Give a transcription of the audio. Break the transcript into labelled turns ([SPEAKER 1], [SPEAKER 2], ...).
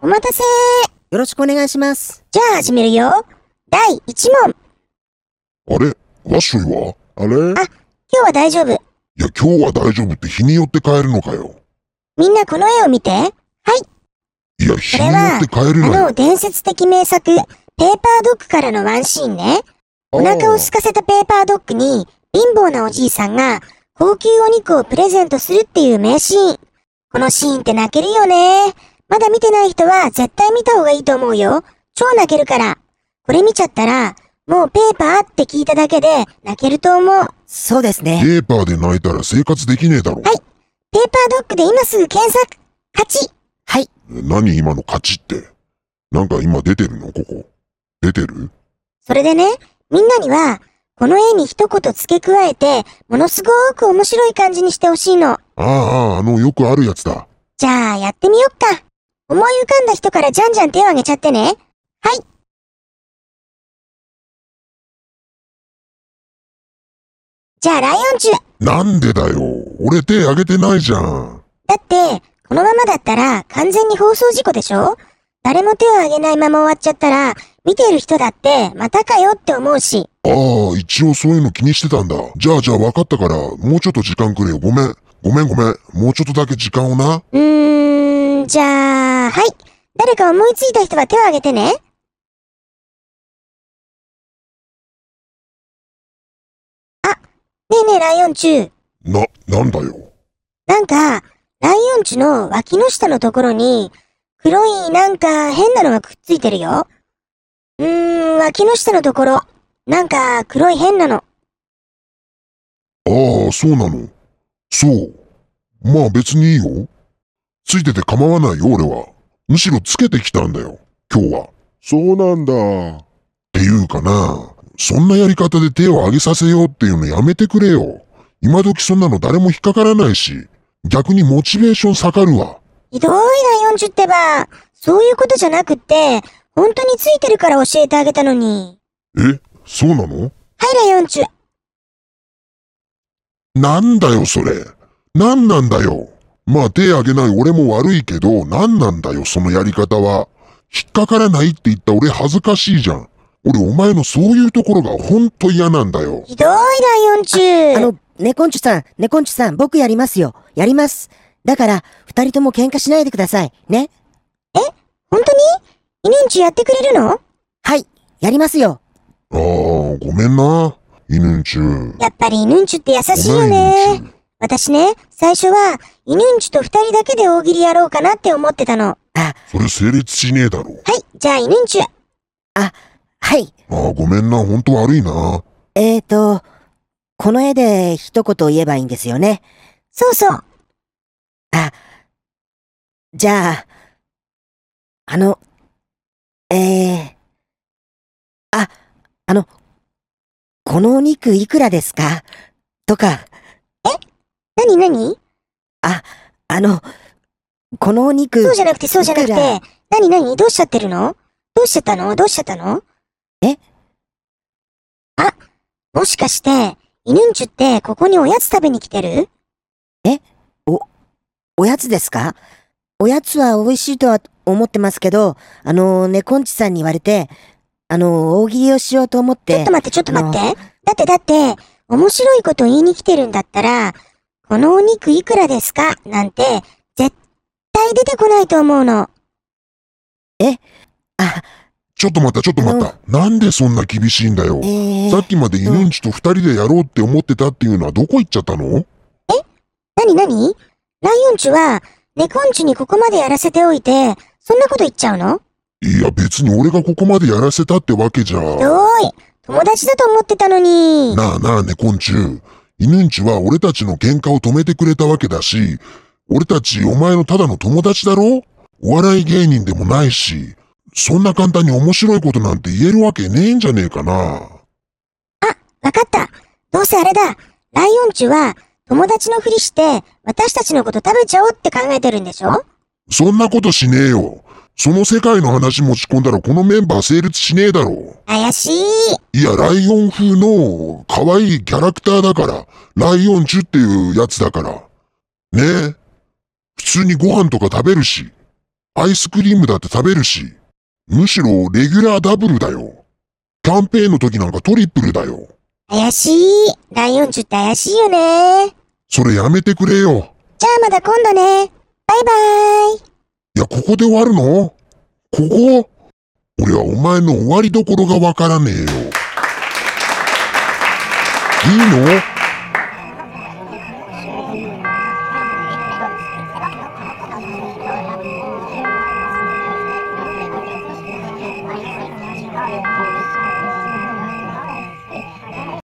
[SPEAKER 1] お待たせ
[SPEAKER 2] よろしくお願いします。
[SPEAKER 1] じゃあ始めるよ。第1問。
[SPEAKER 3] あれワッショイはあれい
[SPEAKER 1] 今日は大丈夫。
[SPEAKER 3] や、今日は大丈夫って日によって帰るのかよ。
[SPEAKER 1] みんなこの絵を見て。あ
[SPEAKER 3] いや、日によって帰るなよ。
[SPEAKER 1] の伝説的名作、ペーパードッグからのワンシーンね。お腹を空かせたペーパードッグに、貧乏なおじいさんが、高級お肉をプレゼントするっていう名シーン。このシーンって泣けるよね。まだ見てない人は絶対見た方がいいと思うよ。超泣けるから。これ見ちゃったら、もうペーパーって聞いただけで泣けると思う。
[SPEAKER 2] そうですね。
[SPEAKER 3] ペーパーで泣いたら生活できねえだろ。
[SPEAKER 1] はいペーパードッグで今すぐ検索。勝ち。
[SPEAKER 2] はい。
[SPEAKER 3] 何今の勝ちって。なんか今出てるのここ。出てる
[SPEAKER 1] それでね、みんなには、この絵に一言付け加えて、ものすごく面白い感じにしてほしいの。
[SPEAKER 3] ああ、ああ、あの、よくあるやつだ。
[SPEAKER 1] じゃあ、やってみよっか。思い浮かんだ人からじゃんじゃん手を挙げちゃってね。はい。じゃあ、ライオンチュ。
[SPEAKER 3] なんでだよ。俺手挙げてないじゃん。
[SPEAKER 1] だって、このままだったら完全に放送事故でしょ誰も手を挙げないまま終わっちゃったら、見ている人だって、またかよって思うし。
[SPEAKER 3] ああ、一応そういうの気にしてたんだ。じゃあじゃあ分かったから、もうちょっと時間くれよ。ごめん。ごめんごめん。もうちょっとだけ時間をな。
[SPEAKER 1] うーん、じゃあ、はい。誰か思いついた人は手を挙げてね。あ、ねえねえライオンチュ
[SPEAKER 3] な、なんだよ。
[SPEAKER 1] なんか、ライオンチュの脇の下のところに、黒いなんか変なのがくっついてるよ。うーん、脇の下のところ、なんか黒い変なの。
[SPEAKER 3] ああ、そうなの。そう。まあ別にいいよ。ついてて構わないよ、俺は。むしろつけてきたんだよ、今日は。そうなんだ。っていうかな、そんなやり方で手を上げさせようっていうのやめてくれよ。今時そんなの誰も引っかからないし、逆にモチベーション下がるわ。
[SPEAKER 1] ひどいライオンチュってば、そういうことじゃなくって、本当についてるから教えてあげたのに。
[SPEAKER 3] え、そうなの
[SPEAKER 1] はい、ライオンチュ。
[SPEAKER 3] なんだよ、それ。なんなんだよ。まあ手あげない俺も悪いけど、なんなんだよ、そのやり方は。引っかからないって言った俺恥ずかしいじゃん。俺お前のそういうところがほんと嫌なんだよ。
[SPEAKER 1] ひどいライオンチュ
[SPEAKER 2] あの、ネコンチュさん、ネコンチュさん、僕やりますよ。やります。だから、二人とも喧嘩しないでください。ね。
[SPEAKER 1] 本当にイネンチュやってくれるの
[SPEAKER 2] はい。やりますよ。
[SPEAKER 3] ああ、ごめんな。犬んちゅう。
[SPEAKER 1] やっぱりイヌンチュって優しいよ
[SPEAKER 3] ごめん
[SPEAKER 1] ね。私ね、最初は、イヌンチュと二人だけで大喜利やろうかなって思ってたの。は
[SPEAKER 3] それ成立しねえだろ。
[SPEAKER 1] い、じゃあイヌンチュ。
[SPEAKER 2] はい。
[SPEAKER 3] ああ、ごめんな。ほんと悪いな。
[SPEAKER 2] えーと、この絵で一言言えばいいんですよね。
[SPEAKER 1] そうそう。
[SPEAKER 2] じゃあ、あの、えー、あ、あの、このお肉いくらですかとか、
[SPEAKER 1] なになに
[SPEAKER 2] あの、このお肉、
[SPEAKER 1] そうじゃなくてそうじゃなくて
[SPEAKER 2] いくら。
[SPEAKER 1] なになにどうしちゃってるのどうしちゃったのどうしちゃったの
[SPEAKER 2] え
[SPEAKER 1] あ、もしかして、イヌンチュってここにおやつ食べに来てる
[SPEAKER 2] おやつですかおやつは美味しいとは思ってますけど、あの、ネコンチさんに言われて、あの、大喜利をしようと思っ
[SPEAKER 1] ちょってと、待って、ちょっと待って。だってだって、面白いこと言いに来てるんだったら、このお肉いくらですかなんて、絶対出てこないと思うの。
[SPEAKER 2] あ、
[SPEAKER 3] ちょっと待った、ちょっと待った。なんでそんな厳しいんだよ
[SPEAKER 2] え。ー、
[SPEAKER 3] さっきまで犬んちと二人でやろうって思ってたっていうのはどこ行っちゃったの
[SPEAKER 1] なになにライオンチュは、ネコンチュにここまでやらせておいて、そんなこと言っちゃうの
[SPEAKER 3] いや、別に俺がここまでやらせたってわけじゃ。
[SPEAKER 1] ひどい。友達だと思ってたのに。
[SPEAKER 3] なあなあね、昆虫。犬んちは俺たちの喧嘩を止めてくれたわけだし、俺たちお前のただの友達だろお笑い芸人でもないし、そんな簡単に面白いことなんて言えるわけねえんじゃねえかな。
[SPEAKER 1] わかった。どうせあれだ。ライオンチュは、友達のふりして、私たちのこと食べちゃおうって考えてるんでしょ
[SPEAKER 3] そんなことしねえよ。その世界の話持ち込んだらこのメンバー成立しねえだろ。
[SPEAKER 1] 怪しい。
[SPEAKER 3] いや、ライオン風の可愛いキャラクターだから、ライオンチュっていうやつだから。ねえ。普通にご飯とか食べるし。アイスクリームだって食べるし、むしろレギュラーダブルだよ。キャンペーンの時なんかトリプルだよ。
[SPEAKER 1] 怪しい。ライオンチュって怪しいよね。
[SPEAKER 3] それやめてくれよ。
[SPEAKER 1] じゃあまた今度ね。バイバーイ。
[SPEAKER 3] いや、ここで終わるのここ俺はお前の終わりどころがわからねえよ。いいの